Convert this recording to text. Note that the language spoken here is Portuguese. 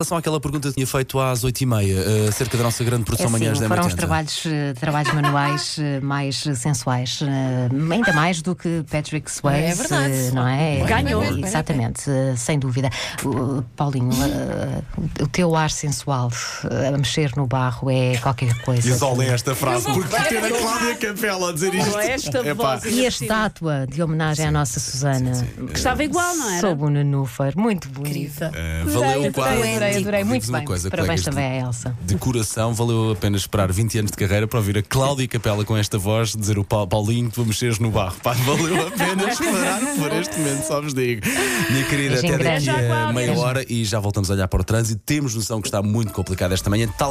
relação àquela pergunta que tinha feito às 8h30, eh, acerca da nossa grande É produção assim, Manhãs da foram os M80. trabalhos, eh, trabalhos manuais eh, mais eh, sensuais, eh, ainda mais do que Patrick Swayze, É verdade. eh, não é? Ganhou. Eh, Exatamente, eh, sem dúvida. O- Paulinho, eh, o teu ar sensual eh, a mexer no barro é qualquer coisa. Isolem esta frase, porque ter a Cláudia Capela a dizer isto. Com é esta Epá. voz E a assim, estátua de homenagem à nossa Susana. que estava igual, não era? Sob o Nenúfar, muito bonito. Incrível. Eh, valeu o quadro. Adorei, adorei, adorei. Digo-vos Muito uma bem. coisa, Parabéns colegas, também à Elsa. De coração, valeu a pena esperar 20 anos de carreira para ouvir a Cláudia Capela com esta voz dizer o Pau- Paulinho, tu mexeres no barro. Pá, valeu a pena esperar por este momento, só vos digo. Minha querida, Beijinho até daqui grande. a meia hora e já voltamos a olhar para o trânsito. Temos noção que está muito complicado esta manhã, tal